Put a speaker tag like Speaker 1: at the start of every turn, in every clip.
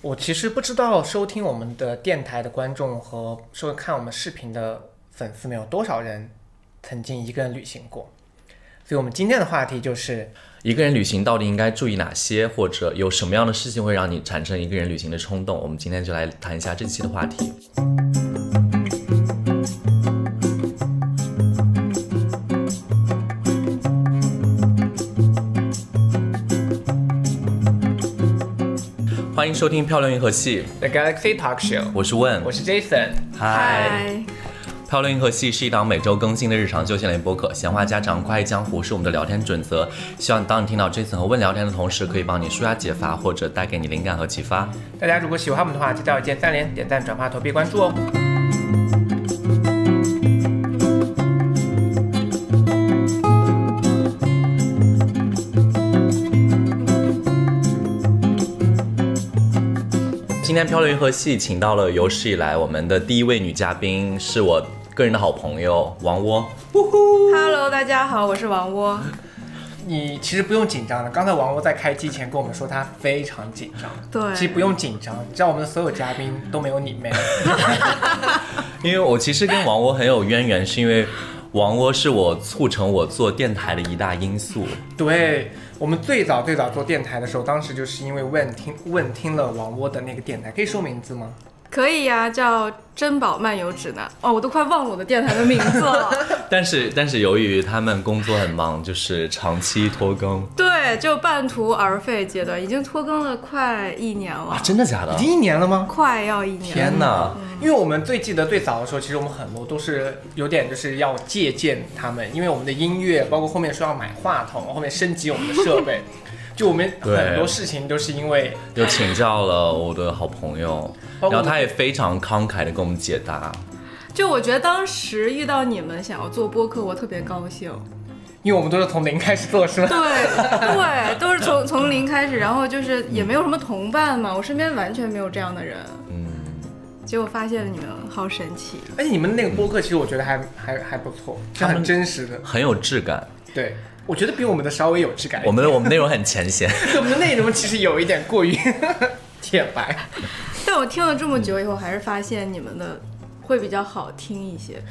Speaker 1: 我其实不知道收听我们的电台的观众和收看我们视频的粉丝们有多少人曾经一个人旅行过，所以我们今天的话题就是
Speaker 2: 一个人旅行到底应该注意哪些，或者有什么样的事情会让你产生一个人旅行的冲动？我们今天就来谈一下这期的话题。欢迎收听《漂亮银河系》，
Speaker 1: The Galaxy Talk Show，
Speaker 2: 我是问，
Speaker 1: 我是 Jason。
Speaker 2: 嗨。，漂亮银河系是一档每周更新的日常休闲类播客，闲话家常、快意江湖是我们的聊天准则。希望当你听到 Jason 和问聊天的同时，可以帮你舒压解乏，或者带给你灵感和启发。
Speaker 1: 大家如果喜欢我们的话，记得要一键三连、点赞、转发、投币、关注哦。
Speaker 2: 今天漂流银河系请到了有史以来我们的第一位女嘉宾，是我个人的好朋友王窝。
Speaker 3: Hello，大家好，我是王窝。
Speaker 1: 你其实不用紧张的，刚才王鸥在开机前跟我们说她非常紧张，
Speaker 3: 对
Speaker 1: 其实不用紧张，你知道我们的所有嘉宾都没有你 man。
Speaker 2: 因为我其实跟王窝很有渊源，是因为王窝是我促成我做电台的一大因素。
Speaker 1: 对我们最早最早做电台的时候，当时就是因为问听问听了王窝的那个电台，可以说名字吗？
Speaker 3: 可以呀、叫《珍宝漫游指南》哦，我都快忘了我的电台的名 字了。
Speaker 2: 但是但是由于他们工作很忙，就是长期拖更
Speaker 3: 对，就半途而废阶段，已经拖更了快一年了，
Speaker 2: 啊，真的假
Speaker 1: 已
Speaker 2: 的？
Speaker 1: 经一年了吗？
Speaker 3: 快要一年。
Speaker 2: 天哪！
Speaker 1: 因为我们最记得最早的时候，其实我们很多都是有点就是要借鉴他们，因为我们的音乐，包括后面说要买话筒，后面升级我们的设 备，就我们
Speaker 2: 对
Speaker 1: 很多事情都是因为
Speaker 2: 又请教了我的好朋
Speaker 3: 哦
Speaker 2: 友，
Speaker 1: 包括
Speaker 2: 然后他也非常慷慨的给我们解答。
Speaker 3: 就我觉得当时遇到你们想要做播客，我特别高兴。
Speaker 1: 因为我们都是从零开始做，是吧？
Speaker 2: 嗯
Speaker 3: 对对，都是从从零开始，然后就是也没有什么同伴嘛，我身边完全没有这样的人。
Speaker 2: 嗯，
Speaker 3: 结果发现了你们，好神奇。
Speaker 1: 而哎且你们那个播客，其实我觉得还还还不错，是
Speaker 2: 他
Speaker 1: 很
Speaker 2: 们
Speaker 1: 真实的。
Speaker 2: 很有质感。
Speaker 1: 对，我觉得比我们的稍微有质感一点。
Speaker 2: 我们的我们内容很浅显，
Speaker 1: 对我们的内容其实有一点过于 浅白。
Speaker 3: 但我听了这么久
Speaker 2: 嗯
Speaker 3: 以后，还是发现你们的会比较好听一些。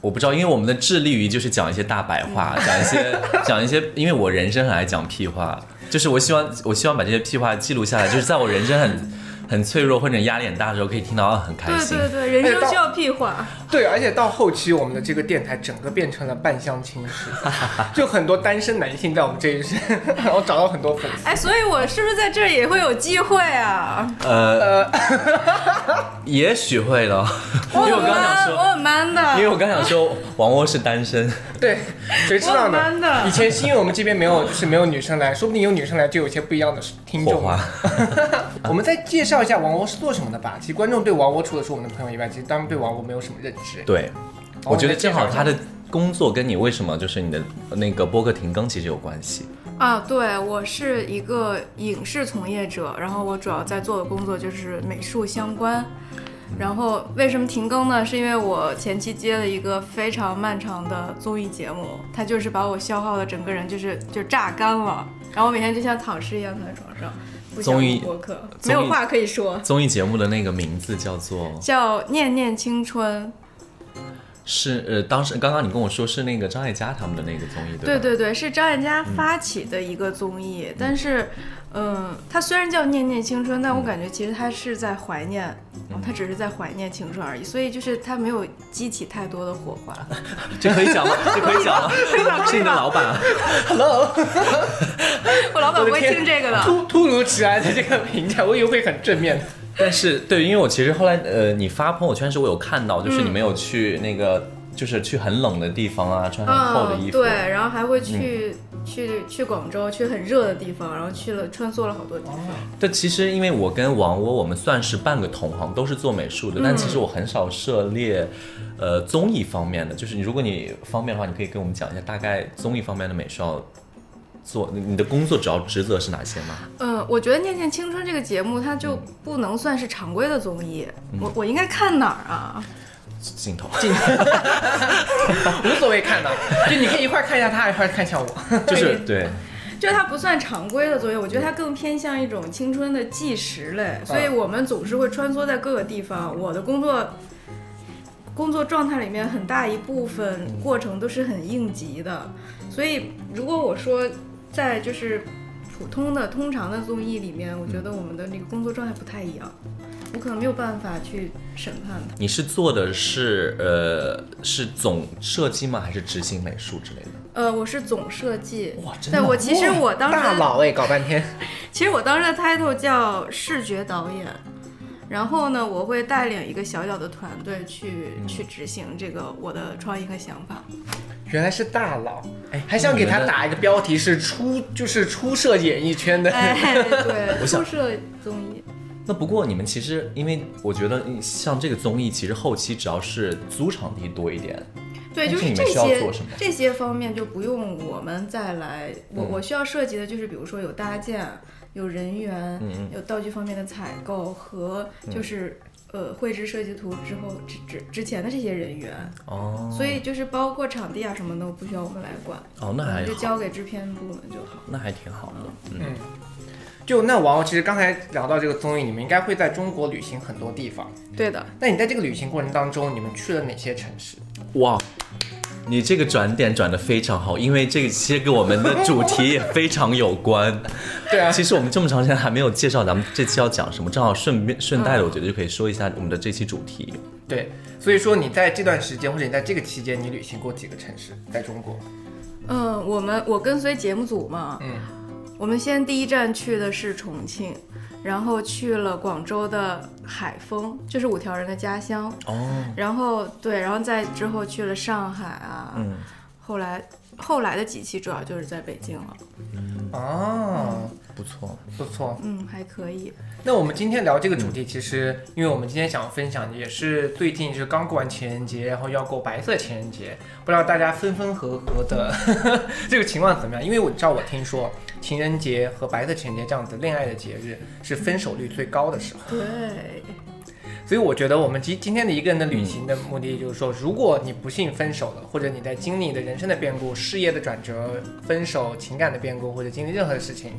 Speaker 2: 我不知道，因为我们的致力于就是讲一些大白 话，讲一些讲一些，因为我人生很爱讲屁话，就是我希望我希望把这些屁话记录下来，就是在我人生很很脆弱或者压力很大的时候，可以听到啊很开
Speaker 3: 对
Speaker 2: 心。
Speaker 3: 对对，人
Speaker 1: 哎
Speaker 3: 生
Speaker 1: 到
Speaker 3: 需要屁话。
Speaker 1: 对，而且到后期我们的这个电台整个变成了半相亲 室，就很多单身男性在我们这一生，然后找到很多粉丝。
Speaker 3: 哎，所以我是不是在这儿也会有机会啊？
Speaker 2: 呃，
Speaker 3: 呃
Speaker 2: 也许会了，因为我刚想
Speaker 3: 我
Speaker 2: 说，
Speaker 3: 很 man
Speaker 2: 因为
Speaker 3: 的。
Speaker 2: 我刚想说王鸥是单身。
Speaker 1: 对，谁知道
Speaker 3: 我很 man
Speaker 1: 呢？
Speaker 3: 的
Speaker 1: 以前是因为我们这边没有，就是没有女生来，说不定有女生来就有一些不一样的听
Speaker 2: 火
Speaker 1: 众。
Speaker 2: 花
Speaker 1: 我们再介绍一下王鸥是做什么的吧。其实观众对王鸥除了是我们的朋友以外，其实他们对王鸥没有什么认知。
Speaker 2: 对，
Speaker 1: 王鸥
Speaker 2: 我觉得
Speaker 1: 再
Speaker 2: 正好
Speaker 1: 介绍一下
Speaker 2: 他的工作跟你为什么就是你的那个播客停更其实有关系。
Speaker 3: 啊，对，我是一个影视从业者，然后我主要在做的工作就是美术相关。然后为什么停更呢？是因为我前期接了一个非常漫长的综艺节目，它就是把我消耗的整个人就是就榨干了，然后我每天就像躺尸一样躺在床上，不想
Speaker 2: 综艺
Speaker 3: 录播客，
Speaker 2: 综
Speaker 3: 没
Speaker 2: 艺
Speaker 3: 有话可以说，
Speaker 2: 综艺节目的那个名字叫做
Speaker 3: 叫《念念青春》。
Speaker 2: 是呃，当时刚刚你跟我说是那个张艾嘉他们的那个综艺，对
Speaker 3: 对
Speaker 2: 吧？嗯
Speaker 3: 对对，是张艾嘉发起的一个综艺，但是，嗯，它虽然叫《念念青春》，但
Speaker 2: 嗯
Speaker 3: 我感觉其实它是在怀念，哦它只是在怀念青春而已，所以就是它没有激起太多的火花。
Speaker 2: 这可以讲吗？这可以讲 吗？ 是你的老板啊，
Speaker 3: 我老板
Speaker 1: 我
Speaker 3: 不
Speaker 1: 的
Speaker 3: 会
Speaker 1: 天
Speaker 3: 听这个的。
Speaker 1: 突突如其来的这个评价，我以为会很 正面的。
Speaker 2: 但是对，因为我其实后来呃，你发朋友圈时我有看到，就是你们有
Speaker 3: 嗯
Speaker 2: 去那个。就是去很冷的地方啊，穿很厚的衣服。
Speaker 3: 嗯，对，然后还会去、去去广州，去很热的地方，然后去了穿梭了好多地方。
Speaker 2: 但其实因为我跟王窝，我们算是半个同行，都是做美术的。但其实我很少涉猎，呃，综艺方面的。就是你，如果你方便的话，你可以给我们讲一下大概综艺方面的美术要做，你你的工作主要职责是哪些吗？
Speaker 3: 嗯，我觉得《念念青春》这个节目，它就不能算是常规的综艺。
Speaker 2: 嗯
Speaker 3: 我我应该看哪儿啊？
Speaker 2: 镜头。
Speaker 1: 无所谓看的，就你可以一会儿看一下他，一会儿看一下我。
Speaker 2: 就是对，
Speaker 3: 就是它不算常规的作业，我觉得它更偏向一种青春的纪实类，所以我们总是会穿梭在各个地方。我的工作工作状态里面很大一部分过程都是很应急的，所以如果我说在就是普通的通常的综艺里面，我觉得我们的那个工作状态不太一样，我可能没有办法去审判它。
Speaker 2: 你是做的是呃是总设计吗？还是执行美术之类的？
Speaker 3: 呃，我是总设计，
Speaker 2: 哇，真
Speaker 3: 对
Speaker 2: 的
Speaker 3: 我其实我当时
Speaker 1: 大佬哎，搞半天，
Speaker 3: 其实我当时的 title 叫视觉导演，然后呢，我会带领一个小小的团队去、
Speaker 2: 嗯
Speaker 3: 去执行这个我的创意和想 法。
Speaker 1: 原来是大佬，
Speaker 2: 哎
Speaker 1: 还想给他
Speaker 2: 你们的
Speaker 1: 打一个标题是初就是初涉演艺圈的，
Speaker 3: 哎，对，
Speaker 2: 我想
Speaker 3: 宿舍综艺，
Speaker 2: 那不过你们其实，因为我觉得像这个综艺，其实后期只要是租场地多一点，
Speaker 3: 对，
Speaker 2: 那
Speaker 3: 就是
Speaker 2: 你
Speaker 3: 这
Speaker 2: 们需要
Speaker 3: 些
Speaker 2: 做什么嗯
Speaker 3: 这些方面就不用我们再来，我我需要涉及的就是比如说有搭建、有人员、
Speaker 2: 嗯
Speaker 3: 有道具方面的采购和就是、呃绘制设计图之后之之之前的这些人员，
Speaker 2: 哦
Speaker 3: 所以就是包括场地啊什么的，不需要我们来管。
Speaker 2: 哦，那还
Speaker 3: 嗯就
Speaker 2: 好，
Speaker 3: 交给制片部门就好。
Speaker 2: 那还挺好的，嗯，
Speaker 1: 就那王，其实刚才聊到这个综艺，你们应该会在中国旅行很多地方。
Speaker 2: 嗯
Speaker 3: 对的，
Speaker 1: 那你在这个旅行过程当中，你们去了哪些城市？
Speaker 2: 哇。你这个转点转的非常好，因为这个其实跟我们的主题也非常有关。
Speaker 1: 对啊，
Speaker 2: 其实我们这么长时间还没有介绍咱们这期要讲什么，正好顺便顺带的，我觉得就可以说一下我们的这期主题。
Speaker 1: 对，所以说你在这段时间或者你在这个期间，你旅行过几个城市？在中国，
Speaker 3: 嗯，我们我跟随节目组嘛，
Speaker 1: 嗯，
Speaker 3: 我们先第一站去的是重庆，然后去了广州的海丰，就是五条人的家乡，
Speaker 2: 哦，
Speaker 3: 然后对，然后再之后去了上海啊，
Speaker 2: 嗯，
Speaker 3: 后来后来的几期主要就是在北京了，
Speaker 1: 哦，
Speaker 2: 不错，
Speaker 1: 不错。
Speaker 3: 嗯，还可以，
Speaker 1: 那我们今天聊这个主
Speaker 2: 嗯
Speaker 1: 题，其实因为我们今天想分享的也是最近就是刚过完情人节，然后要过白色情人节，不知道大家分分合合的 这个情况怎么样？因为我知道我听说情人节和白色情人节这样子恋爱的节日是分手率最高的时候。
Speaker 3: 对，
Speaker 1: 所以我觉得我们今今天的一个人的旅行的目的就是说，如果你不幸分手了，或者你在经历的人生的变故、事业的转折、分手、情感的变故，或者经历任何的事情，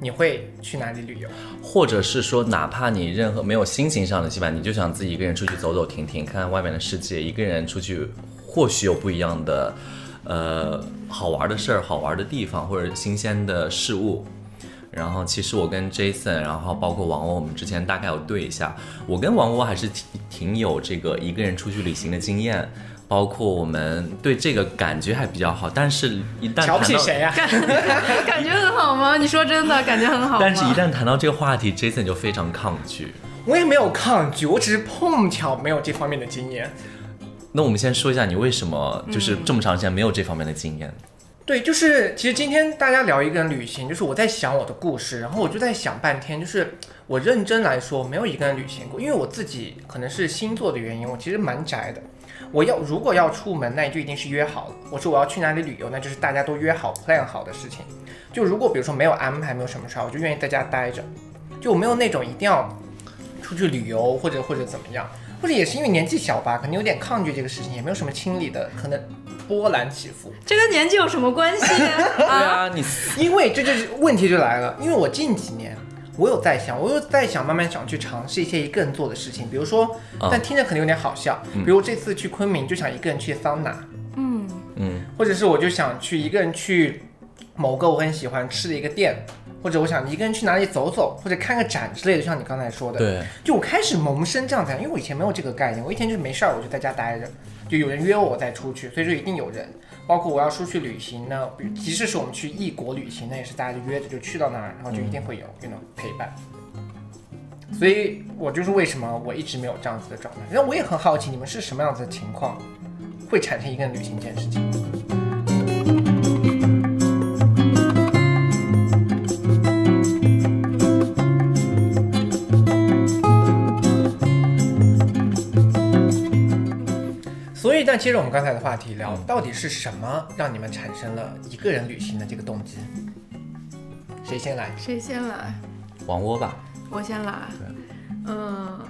Speaker 1: 你会去哪里旅游？
Speaker 2: 或者是说，哪怕你任何没有心情上的羁绊，你就想自己一个人出去走走停停，看看外面的世界，一个人出去或许有不一样的，呃，好玩的事儿、好玩的地方或者新鲜的事物。然后其实我跟 Jason，然后包括王鸥，我们之前大概有对一下，我跟王鸥还是挺挺有这个一个人出去旅行的经验。包括我们对这个感觉还比较好，但是一旦
Speaker 1: 瞧不起
Speaker 2: 谈到
Speaker 1: 谁呀、
Speaker 3: 感觉很好吗？你说真的，感觉很好吗？
Speaker 2: 但是，一旦谈到这个话题，Jason 就非常抗拒。
Speaker 1: 我也没有抗拒，我只是碰巧没有这方面的经验。
Speaker 2: 那我们先说一下你为什么
Speaker 3: 嗯
Speaker 2: 就是这么长时间没有这方面的经验？
Speaker 1: 对，就是其实今天大家聊一个人旅行，就是我在想我的故事，然后我就在想半天，就是我认真来说，没有一个人旅行过，因为我自己可能是星座的原因，我其实蛮宅的。我要如果要出门，那就一定是约好了。我说我要去哪里旅游，那就是大家都约好 plan 好的事情。就如果比如说没有安排，没有什么事儿，我就愿意在家待着，就我没有那种一定要出去旅游或者或者怎么样，或者也是因为年纪小吧，可能有点抗拒这个事情，也没有什么清理的，可能波澜起伏。
Speaker 3: 这跟年纪有什么关系
Speaker 2: 对
Speaker 3: 啊？
Speaker 2: 啊，你
Speaker 1: 因为这就是问题就来了，因为我近几年我有在想，我有在想慢慢想去尝试一些一个人做的事情，比如说，
Speaker 2: 啊
Speaker 1: 但听着可能有点好笑，比如我这次去昆明就想一个人去桑拿，
Speaker 3: 嗯，
Speaker 2: 嗯，
Speaker 1: 或者是我就想去一个人去某个我很喜欢吃的一个店，或者我想一个人去哪里走走，或者看个展之类的，就像你刚才说的，
Speaker 2: 对，
Speaker 1: 就我开始萌生这样子，因为我以前没有这个概念，我以前就是没事儿我就在家待着，就有人约我我再出去，所以说一定有人。包括我要出去旅行呢，比如即使是我们去异国旅行，那也是大家就约着就去到那儿，然后就一定会有那种陪伴。所以我就是为什么我一直没有这样子的状态。然后我也很好奇你们是什么样子的情况会产生一个人旅行这件事情。所以，但接着我们刚才的话题聊，到底是什么让你们产生了一个人旅行的这个动机？谁先来？
Speaker 3: 谁先来？
Speaker 2: 王窝吧，
Speaker 3: 我先来。嗯，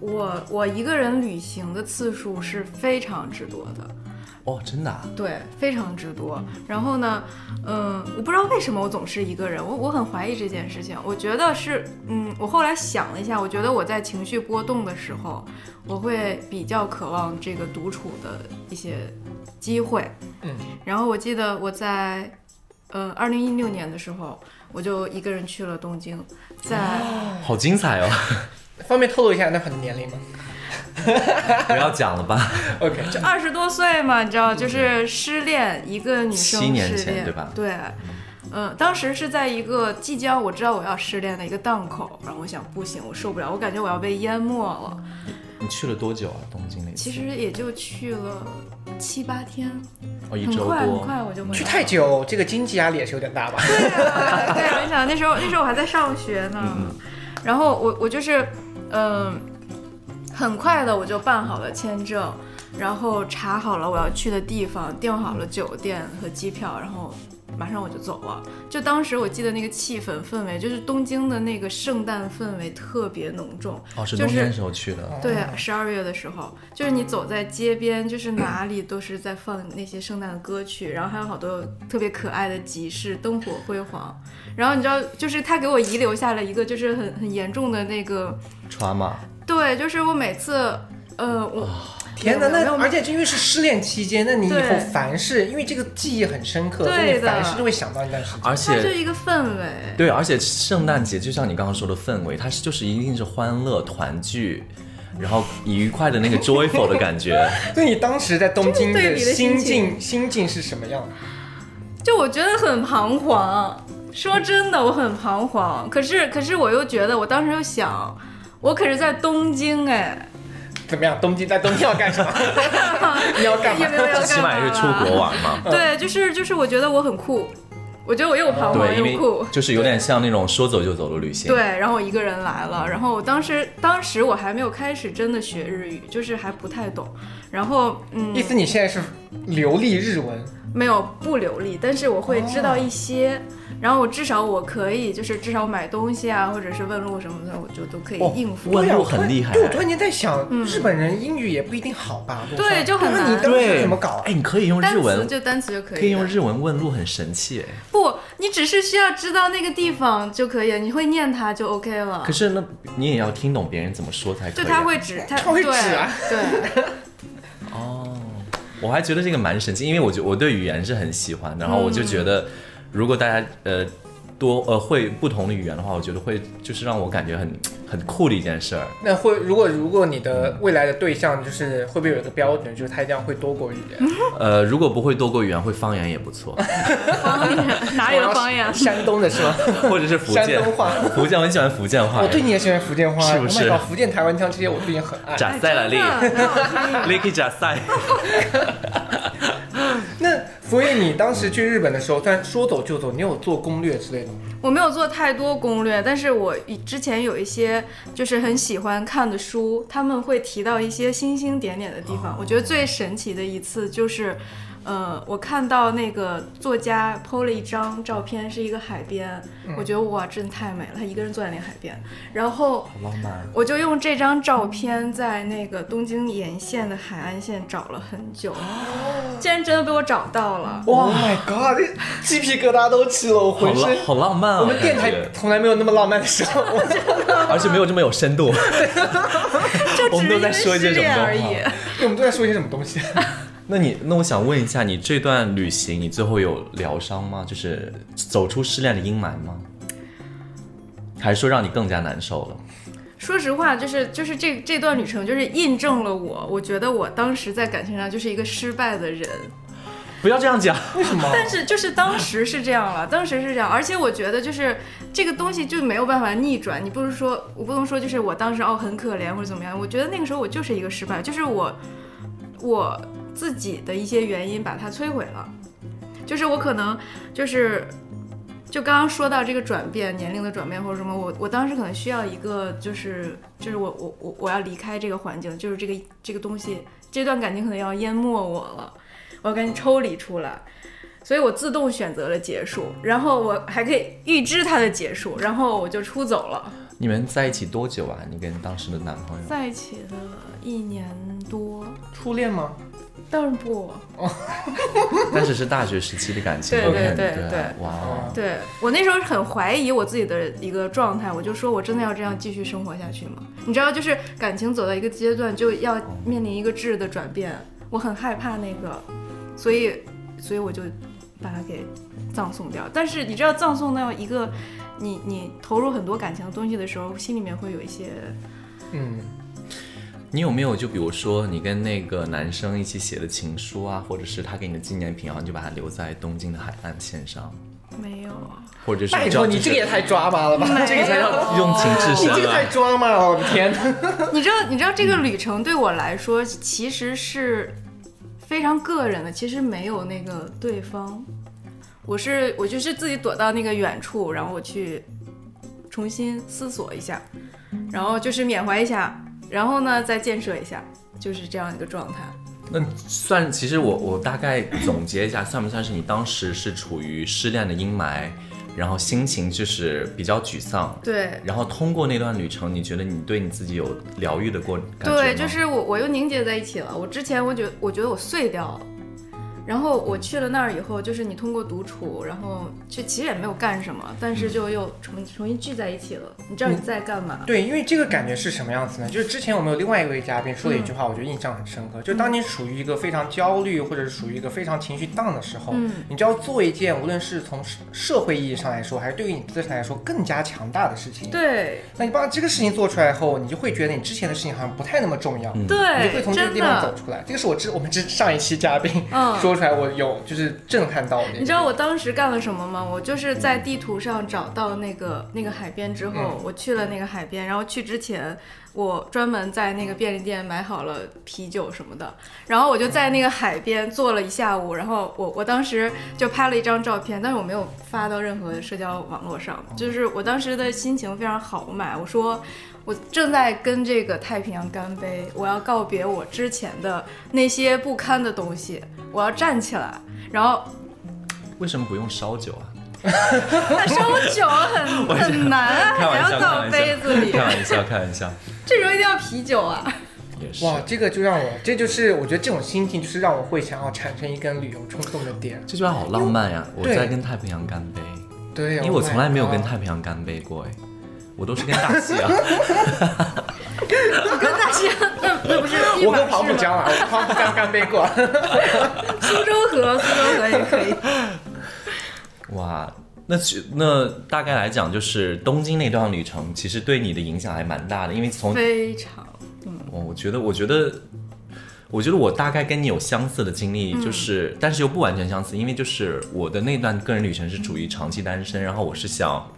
Speaker 3: 我我一个人旅行的次数是非常之多的，
Speaker 2: 哦，真的、啊？
Speaker 3: 对，非常之多。然后呢，嗯，我不知道为什么我总是一个人，我我很怀疑这件事情。我觉得是，嗯，我后来想了一下，我觉得我在情绪波动的时候，我会比较渴望这个独处的一些机会。
Speaker 1: 嗯，
Speaker 3: 然后我记得我在，呃，二零一六年的时候，我就一个人去了东京，在
Speaker 2: 好精彩 哦！
Speaker 1: 方便透露一下那盆的年龄吗
Speaker 2: 不要讲了吧？
Speaker 1: ？OK，
Speaker 3: 就二十多岁嘛，你知道，就是失恋，一个女
Speaker 2: 嗯
Speaker 3: 生
Speaker 2: 七年
Speaker 3: 失
Speaker 2: 前
Speaker 3: 恋，
Speaker 2: 对吧
Speaker 3: 对，嗯，当时是在一个即将我知道我要失恋的一个档口，然后我想不行，我受不了，我感觉我要被淹没了。
Speaker 2: 你去了多久啊？东京那次？
Speaker 3: 其实也就去了七八天，
Speaker 2: 哦，一
Speaker 3: 很
Speaker 2: 周
Speaker 3: 快很
Speaker 2: 多。
Speaker 3: 快我就回来了。
Speaker 1: 去太久，这个经济压力也是有点大 吧？
Speaker 3: 对啊，对，我想那时候那时候我还在上学呢，然后我我就是，嗯、很快的我就办好了签证，然后查好了我要去的地方，订好了酒店和机票，然后。马上我就走了，就当时我记得那个气氛氛围，就是东京的那个圣诞氛围特别浓重，
Speaker 2: 哦，是
Speaker 3: 就
Speaker 2: 冬
Speaker 3: 是
Speaker 2: 天的时候去的。
Speaker 3: 对，十二月的时候，就是你走在街边，就是哪里都是在放那些圣诞的歌曲，然后还有好多特别可爱的集市，灯火辉煌。然后你知道，就是他给我遗留下了一个就是很很严重的那个，
Speaker 2: 穿嘛，
Speaker 3: 嗯对，就是我每次，呃，我
Speaker 1: 哦天哪，
Speaker 3: 没有没
Speaker 1: 那
Speaker 3: 有
Speaker 1: 而且就因为是失恋期间，那你以后
Speaker 3: 对
Speaker 1: 凡事，因为这个记忆很深刻，所以
Speaker 3: 对
Speaker 1: 你
Speaker 3: 的
Speaker 1: 凡事都会想到那段时间。
Speaker 2: 而
Speaker 3: 它就
Speaker 2: 且
Speaker 3: 一个氛围，
Speaker 2: 对，而且圣诞节就像你刚刚说的氛围，它是就是一定是欢乐团聚，然后愉快的那 个 joyful 的感觉。
Speaker 1: 所以你当时在东京
Speaker 3: 这个对比的
Speaker 1: 心
Speaker 3: 心
Speaker 1: 境心境是什么样？
Speaker 3: 就我觉得很彷徨。说真的，我很彷徨。可是可是我又觉得，我当时又想，我可是在东京哎，
Speaker 1: 怎么样？东京在东京要干 什么？你要干嘛
Speaker 3: 也？没有要干嘛啦？
Speaker 2: 起码也是出国玩嘛。
Speaker 3: 对，就是就是，我觉得我很酷，我觉得我又彷徨
Speaker 2: 对，因
Speaker 3: 又酷
Speaker 2: 为，就是有点像那种说走就走的旅行。
Speaker 3: 对，然后我一个人来了，然后我当时当时我还没有开始真的学日语，就是还不太懂，然后嗯，
Speaker 1: 意思你现在是流利日文，
Speaker 3: 没有不流利，但是我会知道一些。然后我至少我可以，就是至少买东西啊，或者是问路什么的，我就都可以
Speaker 2: 哦
Speaker 3: 应付。
Speaker 2: 问
Speaker 1: 对啊
Speaker 2: 路
Speaker 1: 我突然
Speaker 2: 很厉害
Speaker 1: 对，我突然间在想，
Speaker 3: 嗯
Speaker 1: 日本人英语也不一定好吧？我
Speaker 3: 对
Speaker 1: 想
Speaker 3: 就很
Speaker 1: 那你
Speaker 3: 难
Speaker 1: 当时
Speaker 2: 对，
Speaker 1: 怎么搞啊？
Speaker 2: 哎，你可以用
Speaker 3: 单
Speaker 2: 日
Speaker 3: 词
Speaker 2: 文，
Speaker 3: 就单词就可以的，
Speaker 2: 可以用日文问路，很神奇哎。
Speaker 3: 不，你只是需要知道那个地方就可以，你会念它就 OK 了。
Speaker 2: 可是那你也要听懂别人怎么说才可
Speaker 3: 就
Speaker 2: 以啊。
Speaker 3: 他会指，他
Speaker 1: 啊他会指啊
Speaker 3: 对， 对，
Speaker 2: 哦，我还觉得这个蛮神奇，因为我觉我对语言是很喜欢，然后我就觉
Speaker 1: 嗯
Speaker 2: 得，如果大家呃多呃会不同的语言的话，我觉得会就是让我感觉很很酷的一件事儿。
Speaker 1: 那会如果如果你的未来的对象就是会不会有一个标准，就是他一定要会多国语言？
Speaker 2: 呃，如果不会多国语言，会方言也不错，
Speaker 3: 方言哪里的方言啊
Speaker 1: 我要？山东的是 吗？
Speaker 2: 或者是福
Speaker 1: 山
Speaker 2: 建
Speaker 1: 东话。
Speaker 2: 福建，我很喜欢福建话
Speaker 1: 我。对你也喜欢福建话，
Speaker 2: 是不是
Speaker 1: Oh my god，福建台湾腔这些我最近很爱。
Speaker 2: 假赛了力
Speaker 3: 哎真的很好听
Speaker 2: l i k y 假赛。
Speaker 1: 那所以你当时去日本的时候，虽然说走就走，你有做攻略之类的吗？
Speaker 3: 我没有做太多攻略，但是我以之前有一些就是很喜欢看的书，他们会提到一些星星点点的地方。我觉得最神奇的一次就是，呃，我看到那个作家 PO 了一张照片，是一个海边，
Speaker 2: 嗯
Speaker 3: 我觉得哇，真的太美了，他一个人坐在那个海边，然后。
Speaker 2: 好浪漫。啊
Speaker 3: 我就用这张照片在那个东京沿线的海岸线找了很久，
Speaker 2: 哦
Speaker 3: 竟然真的被我找到了。
Speaker 1: 哇、oh、，My God，鸡皮疙瘩都起了，我
Speaker 2: 好
Speaker 1: 浑
Speaker 2: 浪
Speaker 1: 身。
Speaker 2: 好浪漫啊！
Speaker 1: 我们电
Speaker 2: 感
Speaker 1: 台
Speaker 2: 觉
Speaker 1: 从来没有那么浪漫的时候，我哎
Speaker 2: 而且没有这么有深 度。
Speaker 3: 就
Speaker 2: 我
Speaker 3: 只
Speaker 2: 们
Speaker 3: 是
Speaker 2: 都
Speaker 3: 因
Speaker 2: 在
Speaker 3: 为
Speaker 2: 说一些
Speaker 3: 失
Speaker 2: 什么
Speaker 3: 恋
Speaker 2: 话
Speaker 3: 而已。
Speaker 1: 我们都在说些什么东 西？
Speaker 2: 那你那我想问一下，你这段旅行你最后有疗伤吗？就是走出失恋的阴霾吗？还是说让你更加难受了？
Speaker 3: 说实话，就是就是这这段旅程，就是印证了我，我觉得我当时在感情上就是一个失败的人。
Speaker 2: 不要这样讲，
Speaker 1: 为什么？
Speaker 3: 但是就是当时是这样了，当时是这样，而且我觉得就是这个东西就没有办法逆转。你不是说我不能说就是我当时哦很可怜或者怎么样，我觉得那个时候我就是一个失败，就是我我自己的一些原因把它摧毁了，就是我可能就是。就刚刚说到这个转变，年龄的转变或者什么，我我当时可能需要一个，就是就是我我我我要离开这个环境，就是这个这个东西，这段感情可能要淹没我了，我要赶紧抽离出来。所以我自动选择了结束，然后我还可以预知它的结束，然后我就出走了。
Speaker 2: 你们在一起多久啊？你跟当时的男朋友？
Speaker 3: 在一起了一年多，
Speaker 1: 初恋吗？
Speaker 3: 但是不，
Speaker 2: 但是是大学时期的感情，
Speaker 3: 对对
Speaker 2: OK，
Speaker 3: 对
Speaker 2: 啊
Speaker 3: 对
Speaker 2: 哇哦，
Speaker 3: 对我那时候很怀疑我自己的一个状态，我就说我真的要这样继续生活下去吗？你知道，就是感情走到一个阶段，就要面临一个质的转变，我很害怕那个，所以，所以我就把它给葬送掉。但是你知道，葬送到一个你你投入很多感情的东西的时候，心里面会有一些，
Speaker 1: 嗯，
Speaker 2: 你有没有就比如说你跟那个男生一起写的情书啊，或者是他给你的纪念品，然后你就把它留在东京的海岸线上，
Speaker 3: 没有啊，
Speaker 2: 或者是
Speaker 1: 拜托
Speaker 2: 就
Speaker 1: 你
Speaker 2: 是
Speaker 1: 这个也太抓马了吧，这个才让
Speaker 2: 用情啊至
Speaker 1: 你
Speaker 2: 深
Speaker 1: 这个太
Speaker 2: 了。
Speaker 1: 抓马了，我的天哪！
Speaker 3: 你知道，你知道这个旅程对我来说其实是非常个人的，其实没有那个对方。我是我就是自己躲到那个远处，然后我去重新思索一下，然后就是缅怀一下，然后呢再建设一下，就是这样一个状态。
Speaker 2: 那算，其实我我大概总结一下，算不算是你当时是处于失恋的阴霾，然后心情就是比较沮丧，
Speaker 3: 对，
Speaker 2: 然后通过那段旅程，你觉得你对你自己有疗愈的过感觉吗
Speaker 3: 对，就是我我又凝结在一起了。我之前我觉我觉得我碎掉了，然后我去了那儿以后，就是你通过独处，然后就其实也没有干什么，但是
Speaker 1: 嗯
Speaker 3: 就又重重新聚在一起了。你知道你在干嘛？
Speaker 1: 对，因为这个感觉是什么样子呢？就是之前我们有另外一位嘉宾说了一
Speaker 3: 嗯
Speaker 1: 句话，我觉得印象很深刻。就当你处于一个非常焦虑，或者是处于一个非常情绪 down 的时候，
Speaker 3: 嗯
Speaker 1: 你就要做一件无论是从社社会意义上来说，还是对于你自身来说更加强大的事情。
Speaker 3: 对
Speaker 1: 那你把这个事情做出来后，你就会觉得你之前的事情好像不太那么重要，你就会
Speaker 3: 嗯对，
Speaker 1: 从这个
Speaker 3: 真
Speaker 1: 地方
Speaker 3: 的
Speaker 1: 走，出来。这个是我之我们之上一期嘉宾
Speaker 3: 嗯。
Speaker 1: 说出来，我有就是震撼到
Speaker 3: 你
Speaker 1: 你
Speaker 3: 知。道我当时干了什么吗？我就是在地图上找到那个那个海边之后，我去了那个海边，然后去之前，我专门在那个便利店买好了啤酒什么的，然后我就在那个海边坐了一下午，然后我我当时就拍了一张照片，但是我没有发到任何社交网络上，就是我当时的心情非常好，我买，我说。我正在跟这个太平洋干杯，我要告别我之前的那些不堪的东西，我要站起来，然后
Speaker 2: 为什么不用烧酒啊？
Speaker 3: 但烧酒很很难啊，
Speaker 2: 开
Speaker 3: 还
Speaker 2: 玩笑，
Speaker 3: 要
Speaker 2: 开
Speaker 3: 倒
Speaker 2: 玩
Speaker 3: 杯子里
Speaker 2: 笑，，开玩笑，开玩笑，
Speaker 3: 这时候一定要啤酒啊！
Speaker 2: 也是。
Speaker 1: 哇，这个就让我，这就是我觉得这种心情，就是让我会想要产生一根旅游冲动的点。
Speaker 2: 这句话好浪漫呀！我
Speaker 1: 对
Speaker 2: 在跟太平洋干杯，
Speaker 1: 对，
Speaker 2: 因为我从来没有跟
Speaker 1: Oh my
Speaker 2: 太平洋干杯过哎，我都是跟大西啊。
Speaker 3: 我跟大西洋，那那不是
Speaker 1: god
Speaker 3: 一
Speaker 1: 我跟
Speaker 3: 码
Speaker 1: 黄浦
Speaker 3: 事吗？
Speaker 1: 江啊，我跟黄浦江干杯 过。
Speaker 3: 苏州河，苏州河也可以。
Speaker 2: 哇，那去那大概来讲，就是东京那段旅程，其实对你的影响还蛮大的，因为从
Speaker 3: 非常，
Speaker 2: 我我觉得，我觉得，我觉得我大概跟你有相似的经历，
Speaker 1: 嗯
Speaker 2: 就是、但是又不完全相似，因为就是我的那段个人旅程是处于长期单身，然后我是想，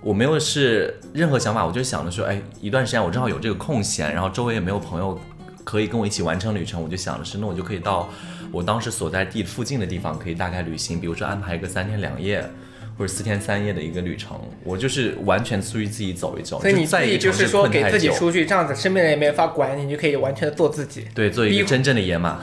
Speaker 2: 我没有是任何想法，我就想着说，哎，一段时间我正好有这个空闲，然后周围也没有朋友可以跟我一起完成旅程，我就想的是，那我就可以到我当时所在地附近的地方，可以大概旅行，比如说安排一个三天两夜。或者四天三夜的一个旅程，我就是完全出去自己走一走，
Speaker 1: 所以你自
Speaker 2: 在一
Speaker 1: 己
Speaker 2: 个
Speaker 1: 就
Speaker 2: 城
Speaker 1: 是
Speaker 2: 市
Speaker 1: 说
Speaker 2: 困
Speaker 1: 给
Speaker 2: 太
Speaker 1: 自己
Speaker 2: 久，
Speaker 1: 出去，这样子身边人也没法管你，你就可以完全的做自己。
Speaker 2: 对，做一
Speaker 1: 逼
Speaker 2: 个
Speaker 1: 婚
Speaker 2: 真正的野马。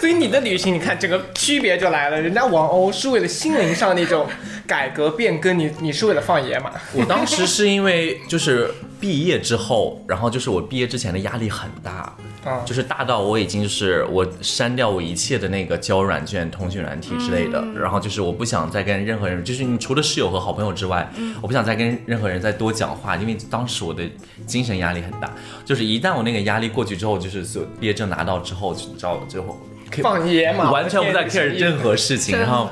Speaker 1: 所以你的旅行，你看整个区别就来了。人家王鸥是为了心灵上那种改革变更，你你是为了放野 马。
Speaker 2: 我当时是因为就是毕业之后，然后就是我毕业之前的压力很大，
Speaker 1: 啊
Speaker 2: 就是大到我已经就是我删掉我一切的那个交友软件、通讯软体之类的，
Speaker 1: 嗯
Speaker 2: 然后就是我不想再跟任何人，就是你除了室友和好朋友之外，
Speaker 1: 嗯
Speaker 2: 我不想再跟任何人再多讲话，因为当时我的精神压力很大，就是一旦我那个压力过去之后，就是所有毕业证拿到之后，你知道最后可以
Speaker 1: 放野马，
Speaker 2: 完全不在 care
Speaker 1: 真
Speaker 2: 任何事情。
Speaker 3: 真的
Speaker 2: 然后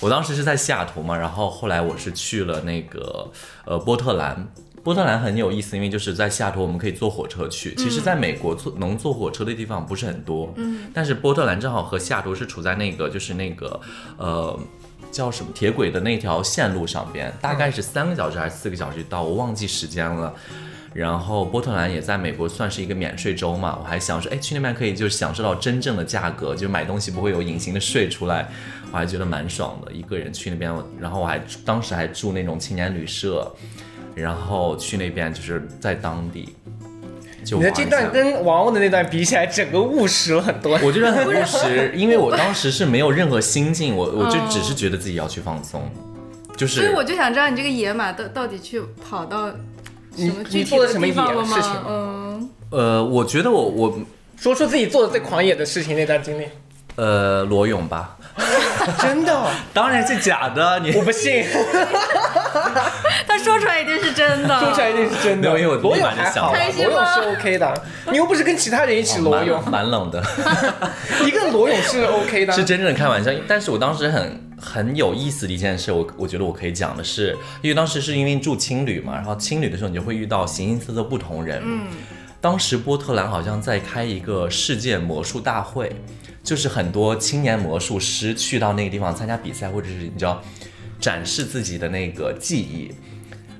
Speaker 2: 我当时是在西雅图嘛，然后后来我是去了那个呃波特兰。波特兰很有意思，因为就是在西雅图，我们可以坐火车去。
Speaker 3: 嗯
Speaker 2: 其实，在美国坐能坐火车的地方不是很多，嗯，但是波特兰正好和西雅图是处在那个就是那个呃叫什么铁轨的那条线路上边，大概是三个小时还是四个小时到，我忘记时间了。然后波特兰也在美国算是一个免税州嘛，我还想说，哎，去那边可以就是享受到真正的价格，就买东西不会有隐形的税出来，我还觉得蛮爽的。一个人去那边，然后我还当时还住那种青年旅社，然后去那边就是在当地，就
Speaker 1: 你
Speaker 2: 玩
Speaker 1: 的
Speaker 2: 一
Speaker 1: 这
Speaker 2: 下。
Speaker 1: 段跟王鸥的那段比起来，整个务实了很多。
Speaker 2: 我觉得很务实，因为我当时是没有任何心 境，我我就只是觉得自己要去放松，就
Speaker 3: 所以
Speaker 2: 是
Speaker 3: 我就想知道你这个野马到到底去跑到什
Speaker 1: 你
Speaker 3: 么具
Speaker 1: 你
Speaker 3: 体
Speaker 1: 做了
Speaker 3: 的
Speaker 1: 什么
Speaker 3: 地
Speaker 1: 野
Speaker 3: 方了
Speaker 1: 的事
Speaker 3: 吗
Speaker 1: 情？？
Speaker 3: 嗯，
Speaker 2: 呃，我觉得我我
Speaker 1: 说出自己做的最狂野的事情那段经历，
Speaker 2: 呃裸泳吧，
Speaker 1: 真的哦，
Speaker 2: 当然是假的，你
Speaker 1: 我不信，
Speaker 3: 他说出来一定是真 的。
Speaker 1: 说出来一定是真
Speaker 2: 没
Speaker 1: 的。
Speaker 2: 有因为我
Speaker 1: 裸
Speaker 2: 立
Speaker 1: 泳
Speaker 2: 马就
Speaker 1: 还
Speaker 2: 想
Speaker 1: 好啊，
Speaker 3: 开
Speaker 1: 裸
Speaker 3: 心
Speaker 1: 泳
Speaker 3: 吗
Speaker 1: 是 OK 的，你又不是跟其他人一起裸泳，
Speaker 2: 蛮蛮冷的，
Speaker 1: 一个裸泳是 OK 的。
Speaker 2: 是真正的开玩笑。但是我当时很很有意思的一件事，我我觉得我可以讲的是，因为当时是因为住青旅嘛，然后青旅的时候你就会遇到形形色色不同人，嗯。当时波特兰好像在开一个世界魔术大会，就是很多青年魔术师去到那个地方参加比赛，或者是你知道展示自己的那个技艺，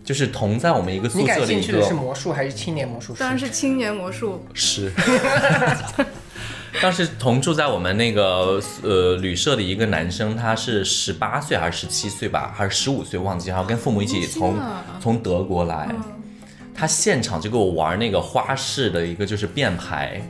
Speaker 2: 就是同在我们一个宿
Speaker 1: 你感
Speaker 2: 舍的
Speaker 1: 兴
Speaker 2: 一
Speaker 1: 趣
Speaker 2: 个
Speaker 1: 的是魔术还是青年魔术师
Speaker 3: 当？然是青年魔术，
Speaker 2: 是。 当时同住在我们那个呃旅社的一个男生，他是十八岁还是十七岁吧，还是十五岁忘记，然后跟父母一起
Speaker 3: 好
Speaker 2: 从
Speaker 3: 年轻啊
Speaker 2: 从德国来，他现场就给我玩那个花式的一个就是变牌，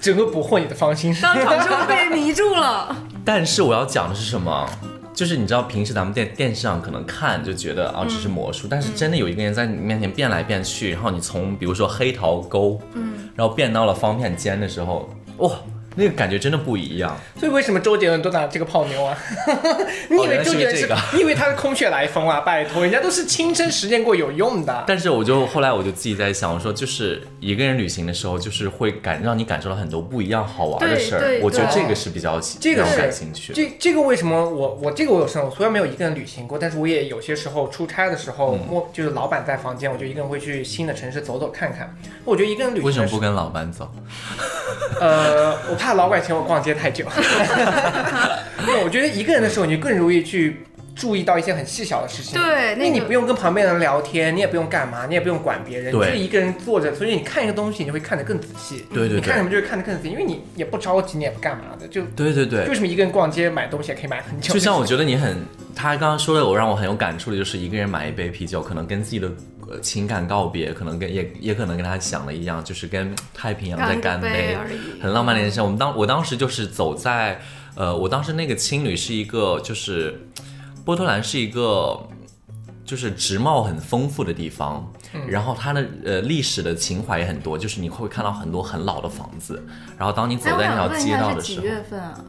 Speaker 1: 整个捕获你的芳心。
Speaker 3: 当场就被迷住了。
Speaker 2: 但是我要讲的是什么？就是你知道，平时咱们电电视上可能看就觉得啊，只是魔术，但是真的有一个人在你面前变来变去，然后你从比如说黑桃沟，嗯，然后变到了方片间的时候，哇，那个感觉真的不一样。
Speaker 1: 所以为什么周杰伦都拿这个泡妞啊？ 你以为周杰伦是？
Speaker 2: 哦原来是因为这个
Speaker 1: 你以为他是空穴来风啊？拜托，人家都是亲身实践过有用的。
Speaker 2: 但是我就后来我就自己在想，我说就是一个人旅行的时候，就是会感让你感受到很多不一样好玩的
Speaker 3: 对
Speaker 2: 事儿
Speaker 3: 对。
Speaker 2: 我觉得
Speaker 1: 对
Speaker 2: 这个是比较
Speaker 1: 这个
Speaker 2: 让我
Speaker 1: 是
Speaker 2: 感兴趣。
Speaker 1: 这这个为什么我我这个我有深有，虽然没有一个人旅行过，但是我也有些时候出差的时候，我就是老板在房间，我就一个人会去新的城市走走看看。我觉得一个人旅行
Speaker 2: 为什么
Speaker 1: 的时
Speaker 2: 不跟老班走？
Speaker 1: 呃，我怕老板嫌我逛街太 久。对，我觉得一个人的时候，你更容易去注意到一些很细小的事情。
Speaker 3: 对
Speaker 1: 因
Speaker 3: 那
Speaker 1: 为你
Speaker 3: 个
Speaker 1: 不用跟旁边人聊天，你也不用干嘛，你也不用管别人，你就
Speaker 2: 对
Speaker 1: 是一个人坐着，所以你看一个东西，你就会看得更仔细。
Speaker 2: 对对
Speaker 1: 你看
Speaker 2: 对
Speaker 1: 什么就会看得更仔细，因为你也不着急，你也不干嘛的，就
Speaker 2: 对对
Speaker 1: 就
Speaker 2: 对，
Speaker 1: 为什么一个人逛街买东西也可以买很久？
Speaker 2: 就像我觉得你很，他刚刚说的，我让我很有感触的就是一个人买一杯啤酒，可能跟自己的呃情感告别，可能跟也也可能跟他想的一样，就是跟太平洋在干
Speaker 3: 干个
Speaker 2: 杯
Speaker 3: 杯而已
Speaker 2: 很浪漫的一件事。我们当我当时就是走在，呃，我当时那个青旅是一个就是波特兰是一个就是植贸很丰富的地方，然后它的呃历史的情怀也很多，就是你会看到很多很老的房子，然后当你走
Speaker 3: 哎，我
Speaker 2: 在那
Speaker 3: 想
Speaker 2: 条
Speaker 3: 问一
Speaker 2: 街道
Speaker 3: 下
Speaker 2: 的
Speaker 3: 是
Speaker 2: 时
Speaker 3: 几
Speaker 2: 候，
Speaker 3: 月份啊？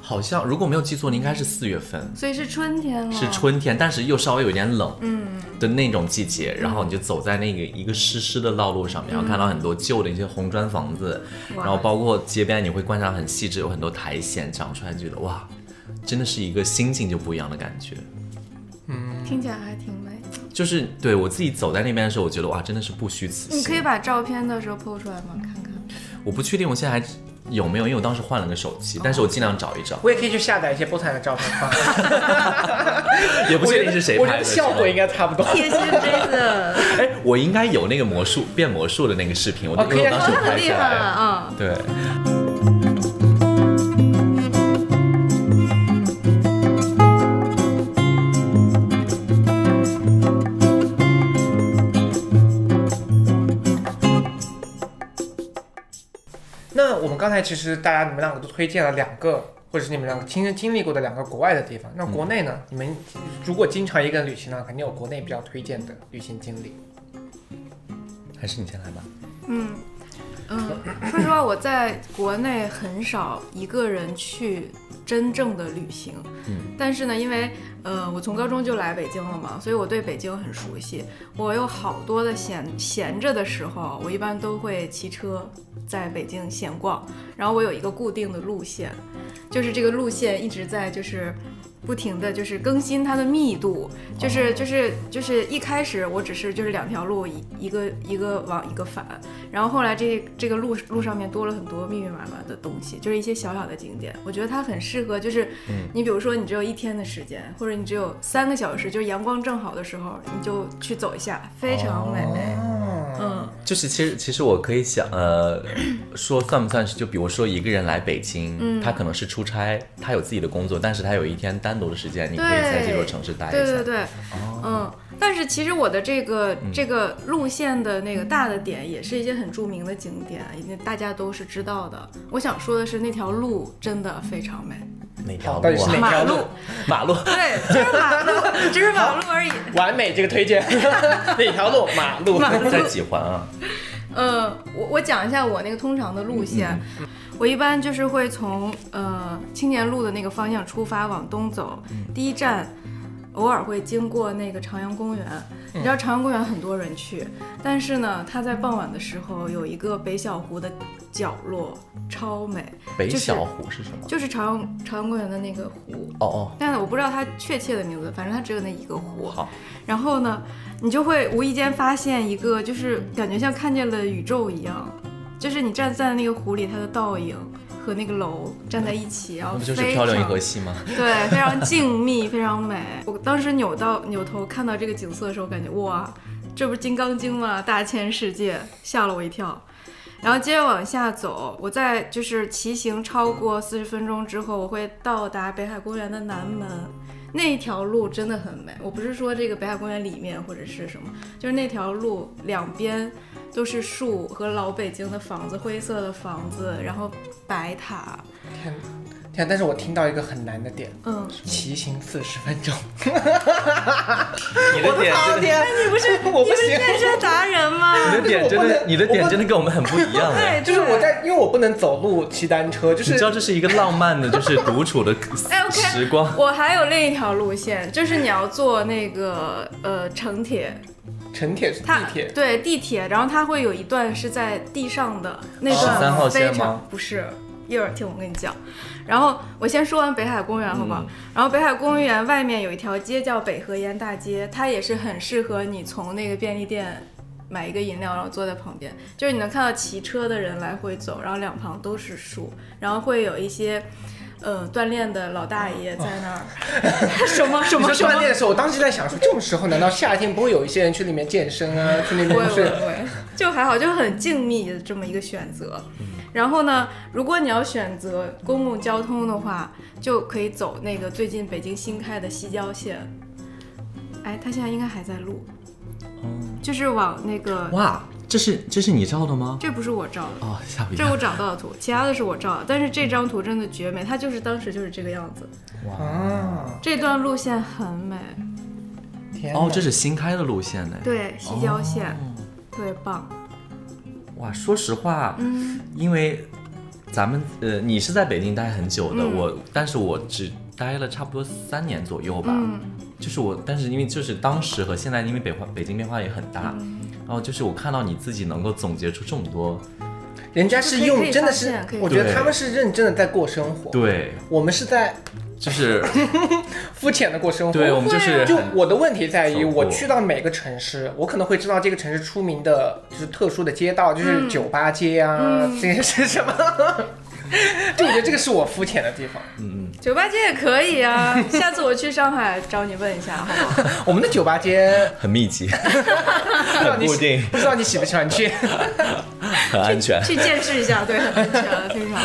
Speaker 2: 好像如果没有记错，你应该是四月份。
Speaker 3: 所以是春天
Speaker 1: 嗯
Speaker 3: 了。
Speaker 2: 是。春天，但是又稍微有点冷，的那种季节，然后你就走在那个一个湿湿的道路上面，然后
Speaker 1: 嗯
Speaker 2: 看到很多旧的一些红砖房子，
Speaker 3: 哇
Speaker 2: 然后包括街边你会观察很细致，有很多苔藓长出来，觉得哇，真的是一个心境就不一样的感觉。
Speaker 3: 听起来还挺美。
Speaker 2: 就是对我自己走在那边的时候，我觉得哇，真的是不虚此
Speaker 3: 你可以
Speaker 2: 行。
Speaker 3: 把照片到时候 PO 出来吗？看看。
Speaker 2: 我不确定我现在还有没有，因为我当时换了个手机，但是我尽量找一找，
Speaker 1: 哦我也可以去下载一些波特兰的照片放。
Speaker 2: 也不
Speaker 1: 我
Speaker 2: 确
Speaker 1: 觉
Speaker 2: 定
Speaker 1: 得
Speaker 2: 是谁
Speaker 1: 我觉
Speaker 2: 拍
Speaker 1: 得
Speaker 2: 的。
Speaker 1: 效果应该差不多。
Speaker 3: 贴心 Jason，
Speaker 2: 是吗，我应该有那个魔术变魔术的那个视频，我
Speaker 1: 哦可以
Speaker 2: 因为我
Speaker 1: 啊
Speaker 2: 当时
Speaker 3: 他
Speaker 2: 有
Speaker 3: 很
Speaker 2: 拍
Speaker 3: 厉
Speaker 2: 下
Speaker 3: 害
Speaker 2: 来。
Speaker 3: 啊！嗯
Speaker 2: 对。
Speaker 1: 那我们刚才其实大家你们两个都推荐了两个，或者是你们两个亲身经历过的两个国外的地方。那国内呢？你们如果经常一个人旅行呢，肯定有国内比较推荐的旅行经历。
Speaker 2: 还是你先来吧。
Speaker 3: 嗯，嗯，说实话，我在国内很少一个人去真正的旅行。
Speaker 2: 嗯，
Speaker 3: 但是呢，因为呃，我从高中就来北京了嘛，所以我对北京很熟悉。我有好多的闲闲着的时候，啊我一般都会骑车在北京闲逛。然后我有一个固定的路线，就是这个路线一直在就是。不停的就是更新它的密度，就是就是就是一开始我只是就是两条路一一个一个往一个返，然后后来这这个路路上面多了很多密密麻麻的东西，就是一些小小的景点。我觉得它很适合，就是
Speaker 1: 嗯
Speaker 3: 你比如说你只有一天的时间，或者你只有三个小时，就是阳光正好的时候，你就去走一下，非常美味。
Speaker 1: 哦，
Speaker 3: 嗯
Speaker 2: 就是其实其实我可以想， 呃，说算不算是就比如说一个人来北京，他可能是出差，他有自己的工作，但是他有一天单独的时间，你可以在这座城市待一下。
Speaker 3: 对对
Speaker 1: 哦
Speaker 3: 对，嗯，但是其实我的这个
Speaker 1: 嗯
Speaker 3: 这个路线的那个大的点，也是一些很著名的景点，已经大家都是知道的。我想说的是，那条路真的非常美，
Speaker 2: 哪条
Speaker 1: 到底
Speaker 2: 路
Speaker 1: 哦是哪
Speaker 2: 啊？
Speaker 1: 条
Speaker 3: 马
Speaker 1: 路
Speaker 3: 路，
Speaker 2: 马路。
Speaker 3: 对，就是马路， 只是马路而已。
Speaker 1: 完美这个推荐，哪条路？马路。
Speaker 2: 在几环啊？
Speaker 3: 呃，我我讲一下我那个通常的路线，我一般就是会从呃青年路的那个方向出发，往东走，第一站。偶尔会经过那个朝阳公园，你知道朝阳公园很多人去，但是呢，它在傍晚的时候有一个北小湖的角落，超美，
Speaker 2: 北小湖是什么？
Speaker 3: 就是朝阳朝阳公园的那个湖，
Speaker 2: 哦
Speaker 3: 但我不知道它确切的名字，反正它只有那一个湖。
Speaker 2: 好，
Speaker 3: 然后呢，你就会无意间发现一个，就是感觉像看见了宇宙一样，就是你站在那个湖里，它的倒影和那个楼站在一起，然
Speaker 2: 哦，
Speaker 3: 后
Speaker 2: 那不就
Speaker 3: 非常
Speaker 2: 是漂流银河系吗？
Speaker 3: 对，非常静谧，非常美。我当时扭到扭头看到这个景色的时候，感觉哇，这不是《金刚经》吗？大千世界，吓了我一跳。然后接着往下走，我在就是骑行超过四十分钟之后，我会到达北海公园的南门。那一条路真的很美，我不是说这个北海公园里面或者是什么，就是那条路两边都是树和老北京的房子，灰色的房子，然后白塔，
Speaker 1: 天天，但是我听到一个很难的点，
Speaker 3: 嗯，
Speaker 1: 骑行四十分钟。
Speaker 2: 你的点真的，
Speaker 1: 天，你不是我
Speaker 3: 你
Speaker 1: 不
Speaker 3: 们是
Speaker 1: 行。
Speaker 3: 健身达人吗？
Speaker 2: 你的点真的，你的点真的跟我们很不一样哎。
Speaker 3: 对，
Speaker 1: 就是我
Speaker 3: 对
Speaker 1: 在，因为我不能走路骑单车，就
Speaker 2: 你
Speaker 1: 是
Speaker 2: 知道这是一个浪漫的，就是独处的
Speaker 3: 哎，OK
Speaker 2: 时光。
Speaker 3: 我还有另一条路线，就是你要坐那个呃城铁，
Speaker 1: 城铁、地
Speaker 3: 它
Speaker 1: 铁，
Speaker 3: 对地铁，然后它会有一段是在地上的那
Speaker 2: 13号
Speaker 3: 段非
Speaker 2: 线
Speaker 3: 常、
Speaker 2: 吗
Speaker 3: 不是，一会儿听我跟你讲。然后我先说完北海公园好不好？
Speaker 2: 嗯
Speaker 3: 然后北海公园外面有一条街叫北河沿大街，它也是很适合你从那个便利店买一个饮料，然后坐在旁边，就是你能看到骑车的人来回走，然后两旁都是树，然后会有一些。呃，锻炼的老大爷在那儿， 什么什
Speaker 1: 你
Speaker 3: 么
Speaker 1: 说
Speaker 3: 什么
Speaker 1: 锻炼的时候，我当时在想说，这种时候难道夏天不会有一些人去里面健身啊？ 去那
Speaker 3: 不会
Speaker 1: 边
Speaker 3: 不
Speaker 1: 就
Speaker 3: 会
Speaker 1: 是
Speaker 3: 不会，就还好，就很静谧的这么一个选择。然后呢，如果你要选择公共交通的话，就可以走那个最近北京新开的西郊线。哎，它现在应该还在录，就是往那个，
Speaker 2: 哇，这是这是你照的吗？
Speaker 3: 这不是我照的，
Speaker 2: 哦，吓我一
Speaker 3: 这
Speaker 2: 跳！
Speaker 3: 我找到的图，其他的是我照的，但是这张图真的绝美，它就是当时就是这个样子。
Speaker 1: 啊，
Speaker 3: 这段路线很美，
Speaker 1: 天哪
Speaker 2: 哦，这是新开的路线呢。
Speaker 3: 对，西郊线，特别棒。
Speaker 2: 哇，说实话，因为咱们呃，你是在北京待很久的，我，但是我只待了差不多三年左右吧。就是我，但是因为就是当时和现在，因为北化北京变化也很大，然后就是我看到你自己能够总结出这么多，
Speaker 1: 人家是
Speaker 3: 可以可
Speaker 1: 用，
Speaker 3: 以
Speaker 1: 真的
Speaker 3: 发
Speaker 1: 是
Speaker 3: 现啊可以，
Speaker 1: 我觉得
Speaker 2: 对
Speaker 1: 他们是认真的在过生活，
Speaker 2: 对，
Speaker 1: 我们是在
Speaker 2: 就是
Speaker 1: 肤浅的过生活。
Speaker 2: 对我们
Speaker 3: 啊
Speaker 2: 就是
Speaker 1: 就
Speaker 2: 很
Speaker 1: 我的问题在于，
Speaker 2: 手
Speaker 1: 我
Speaker 2: 过
Speaker 1: 去到每个城市，我可能会知道这个城市出名的，就是特殊的街道，
Speaker 3: 嗯
Speaker 1: 就是酒吧街啊，这些是什么？ 就我觉得这个是我肤浅的地方。
Speaker 2: 嗯
Speaker 3: 酒吧街也可以啊，下次我去上海找你问一下，好不好？
Speaker 1: 我们的酒吧 街，
Speaker 2: 很密集，
Speaker 1: 不知道
Speaker 2: 很
Speaker 1: 你
Speaker 2: 固
Speaker 1: 喜
Speaker 2: 定，
Speaker 1: 不知道你喜不喜欢 去？
Speaker 2: 很安全。
Speaker 3: 去见识一下，对，很安全，非常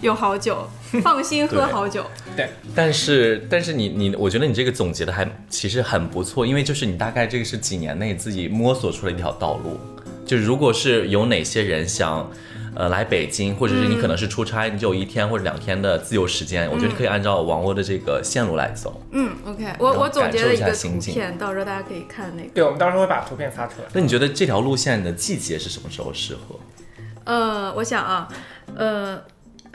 Speaker 3: 有好酒，放心喝好酒。
Speaker 1: 对，
Speaker 2: 但是，但是你你，我觉得你这个总结的还其实很不错，因为就是你大概这个是几年内自己摸索出了一条道路。就如果是有哪些人想，呃，来北京，或者是
Speaker 1: 嗯
Speaker 2: 你可能是出差，你就有一天或者两天的自由时间，我觉得可以按照王鸥的这个线路来走。
Speaker 3: 嗯，OK，我我总结了一
Speaker 2: 感
Speaker 3: 个
Speaker 2: 受一下
Speaker 3: 图
Speaker 2: 心
Speaker 3: 片，到时候大家可以看那个。
Speaker 1: 对，我们到时候会把图片发出来。
Speaker 2: 那你觉得这条路线的季节是什么时候适合？
Speaker 3: 呃，我想啊，呃，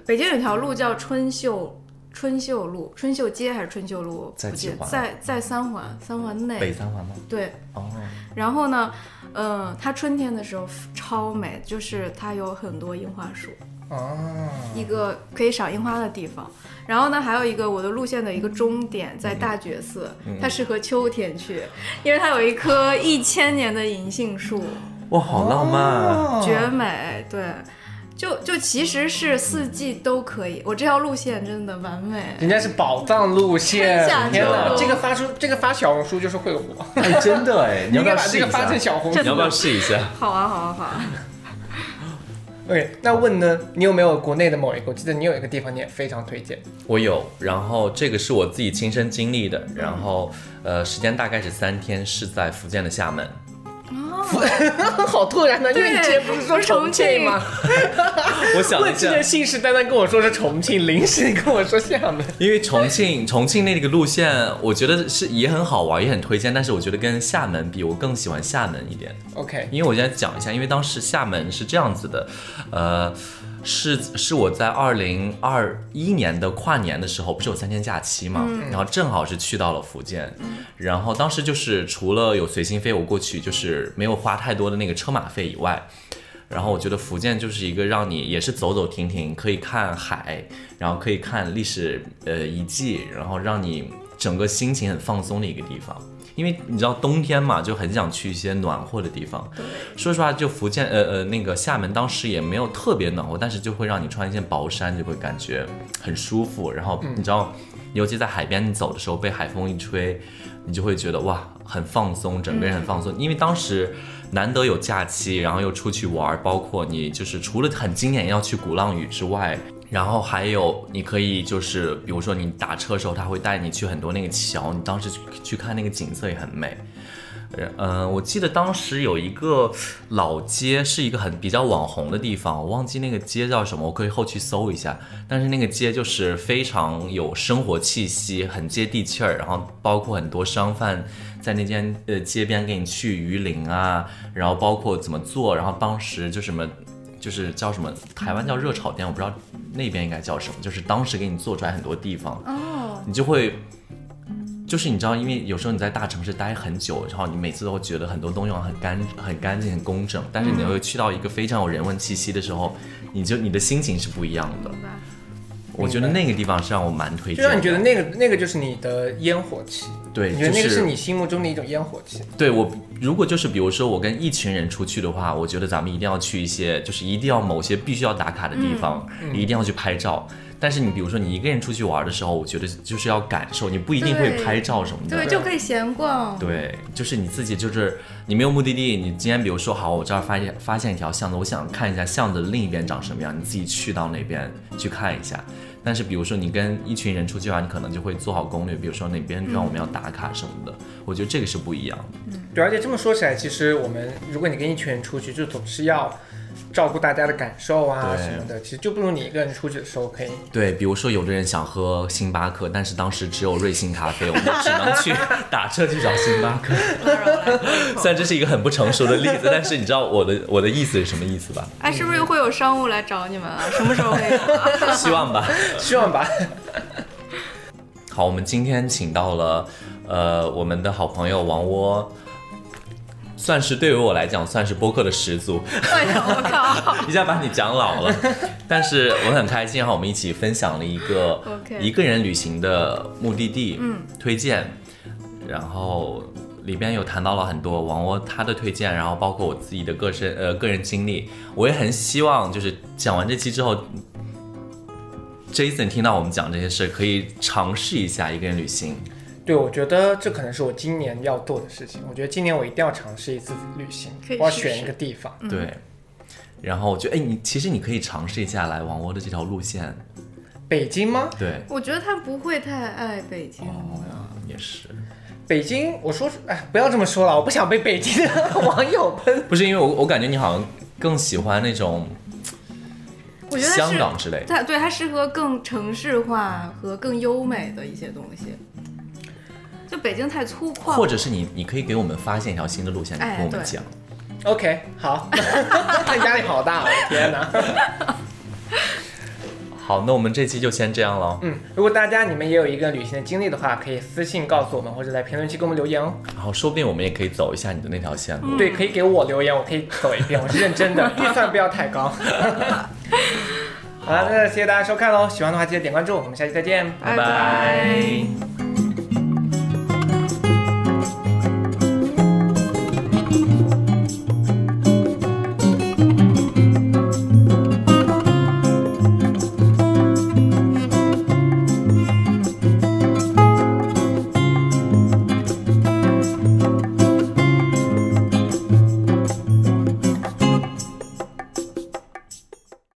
Speaker 3: 北京有条路叫春秀。春秀路、春秀街还是春秀路？
Speaker 2: 在
Speaker 3: 不记
Speaker 2: 几
Speaker 3: 得
Speaker 2: 环啊
Speaker 3: 在在三环，三环
Speaker 2: 北
Speaker 3: 内。
Speaker 2: 三环吗？
Speaker 3: 对，
Speaker 2: 哦，
Speaker 3: 然后呢，呃，它春天的时候超美，就是它有很多樱花树。
Speaker 2: 啊
Speaker 1: 哦，
Speaker 3: 一个可以赏樱花的地方。然后呢，还有一个我的路线的一个终点
Speaker 2: 嗯
Speaker 3: 在大觉寺，它适合秋天去，因为它有一棵一千年的银杏树，
Speaker 2: 哇，好浪漫
Speaker 1: 哦
Speaker 2: 啊！
Speaker 3: 绝美。对，就就其实是四季都可以，我这条路线真的完美。
Speaker 1: 人家是宝藏路线
Speaker 3: 天下，
Speaker 1: 天哪！
Speaker 2: 之路
Speaker 1: 这个发出这个发小红书就是会火，
Speaker 2: 哎，真的哎，
Speaker 1: 你
Speaker 2: 你要
Speaker 1: 应
Speaker 2: 不
Speaker 1: 该
Speaker 2: 要
Speaker 1: 把
Speaker 2: 试
Speaker 1: 这
Speaker 2: 一
Speaker 1: 个发成
Speaker 2: 下？
Speaker 1: 小红
Speaker 2: 你要
Speaker 1: 书
Speaker 2: 不。要试一下？
Speaker 3: 好啊，好啊，好 啊！
Speaker 1: 对，那问呢？你有没有国内的某一个？我记得你有一个地方你也非常推荐，
Speaker 2: 我有，然后这个是我自己亲身经历的，然后呃，时间大概是三天，是在福建的厦门。
Speaker 1: 好突然呢，因为你之前不是说
Speaker 3: 对重
Speaker 1: 重庆
Speaker 3: 庆
Speaker 1: 吗？
Speaker 2: 我想了
Speaker 1: 问
Speaker 2: 一
Speaker 1: 之
Speaker 2: 下
Speaker 1: 前，信誓旦旦跟我说是重庆，临时跟我说厦门。
Speaker 2: 因为重庆重庆那个路线，我觉得是也很好玩，也很推荐，但是我觉得跟厦门比，我更喜欢厦门一点。
Speaker 1: OK，
Speaker 2: 因为我现在讲一下，因为当时厦门是这样子的，呃，是是我在二零二一年的跨年的时候，不是有三天假期嘛，然后正好是去到了福建，然后当时就是除了有随心飞我过去，就是没有花太多的那个车马费以外。然后我觉得福建就是一个让你也是走走停停，可以看海，然后可以看历史呃遗迹，然后让你整个心情很放松的一个地方。因为你知道冬天嘛，就很想去一些暖和的地方。说实话，就福建呃呃那个厦门当时也没有特别暖和，但是就会让你穿一件薄衫，就会感觉很舒服。然后你知道，尤其在海边你走的时候，被海风一吹，你就会觉得哇很放松，整个人很放松。因为当时难得有假期，然后又出去玩儿，包括你就是除了很经典要去鼓浪屿之外。然后还有，你可以就是，比如说你打车的时候，他会带你去很多那个桥，你当时去去看那个景色也很美。嗯，我记得当时有一个老街，是一个很比较网红的地方，我忘记那个街叫什么，我可以后去搜一下。但是那个街就是非常有生活气息，很接地气儿，然后包括很多商贩在那间呃街边给你去鱼鳞啊，然后包括怎么做，然后当时就什么。就是叫什么，台湾叫热炒店，我不知道那边应该叫什么。就是当时给你做出来很多地方，
Speaker 3: 哦，
Speaker 2: 你就会，就是你知道，因为有时候你在大城市待很久，然后你每次都会觉得很多东西好像很干、很干净、很工整，但是
Speaker 3: 嗯
Speaker 2: 你会去到一个非常有人文气息的时候，你就你的心情是不一样的。
Speaker 3: 明白。
Speaker 2: 我觉得那个地方是让我蛮推
Speaker 1: 就
Speaker 2: 荐的，
Speaker 1: 让你觉得那个那个就是你的烟火气，
Speaker 2: 对，
Speaker 1: 你
Speaker 2: 就
Speaker 1: 觉得那个是你心目中的一种烟火气。
Speaker 2: 对我，如果就是比如说我跟一群人出去的话，我觉得咱们一定要去一些，就是一定要某些必须要打卡的地方，一定要去拍照。但是你比如说你一个人出去玩的时候，我觉得就是要感受，你不一定会
Speaker 3: 对
Speaker 2: 拍照什么的。
Speaker 3: 对，就可以闲逛。
Speaker 2: 对，就是你自己，就是你没有目的地。你今天比如说，好，我这儿发现发现一条巷子，我想看一下巷子另一边长什么样，你自己去到那边去看一下。但是比如说你跟一群人出去玩，你可能就会做好攻略，比如说哪边地方我们要打卡什么的。我觉得这个是不一样的。
Speaker 1: 对，而且这么说起来，其实我们如果你跟一群人出去，就总是要照顾大家的感受啊
Speaker 2: 对
Speaker 1: 什么的，其实就不如你一个人出去的时候可以。
Speaker 2: 对，比如说有的人想喝星巴克，但是当时只有瑞幸咖啡，我们就只能去打车去找星巴克。虽然这是一个很不成熟的例子，但是你知道我的我的意思是什么意思吧？
Speaker 3: 哎，是不是会有商务来找你们啊？什么时候会有啊？
Speaker 2: 希望吧。
Speaker 1: 希望吧。
Speaker 2: 好，我们今天请到了，呃，我们的好朋友王窝，算是对于我来讲算是播客的始祖，
Speaker 3: 哎呀，我靠！
Speaker 2: 一下把你讲老了。但是我很开心哈，我们一起分享了一个
Speaker 3: OK
Speaker 2: 一个人旅行的目的地，嗯，推荐，然后里边有谈到了很多王窝他的推荐，然后包括我自己的个身呃个人经历，我也很希望就是讲完这期之后。Jason 听到我们讲这些事，可以尝试一下一个人旅行。
Speaker 1: 对，我觉得这可能是我今年要做的事情。我觉得今年我一定要尝试一次旅行，
Speaker 3: 可以
Speaker 1: 我要
Speaker 3: 试
Speaker 1: 选一
Speaker 3: 试
Speaker 1: 个地方。
Speaker 2: 对，然后我觉得，哎，你其实你可以尝试一下来王窝的这条路线。
Speaker 1: 北京吗？
Speaker 2: 对，
Speaker 3: 我觉得他不会太爱北京。
Speaker 2: 哦，也是，
Speaker 1: 北京，我说，哎，不要这么说了，我不想被北京的 网友喷。
Speaker 2: 不是因为我我感觉你好像更喜欢那种
Speaker 3: 我觉得他
Speaker 2: 香
Speaker 3: 是
Speaker 2: 港之类的。
Speaker 3: 它对它适合更城市化和更优美的一些东西。就北京太粗犷，
Speaker 2: 或者是你，你可以给我们发现一条新的路线，你
Speaker 3: 哎
Speaker 2: 跟我们
Speaker 3: 对
Speaker 2: 讲。
Speaker 1: OK，好，压力好大、哦，天哪。
Speaker 2: 好，那我们这期就先这样了。
Speaker 1: 嗯，如果大家你们也有一个旅行的经历的话，可以私信告诉我们，或者在评论区给我们留言哦。
Speaker 2: 然后说不定我们也可以走一下你的那条线
Speaker 3: 嗯
Speaker 2: 路。
Speaker 1: 对，可以给我留言，我可以走一遍，我是认真的，预算不要太高。 好了，那谢谢大家收看喽，喜欢的话记得点关注，我们下期再见，
Speaker 2: 拜
Speaker 3: 拜拜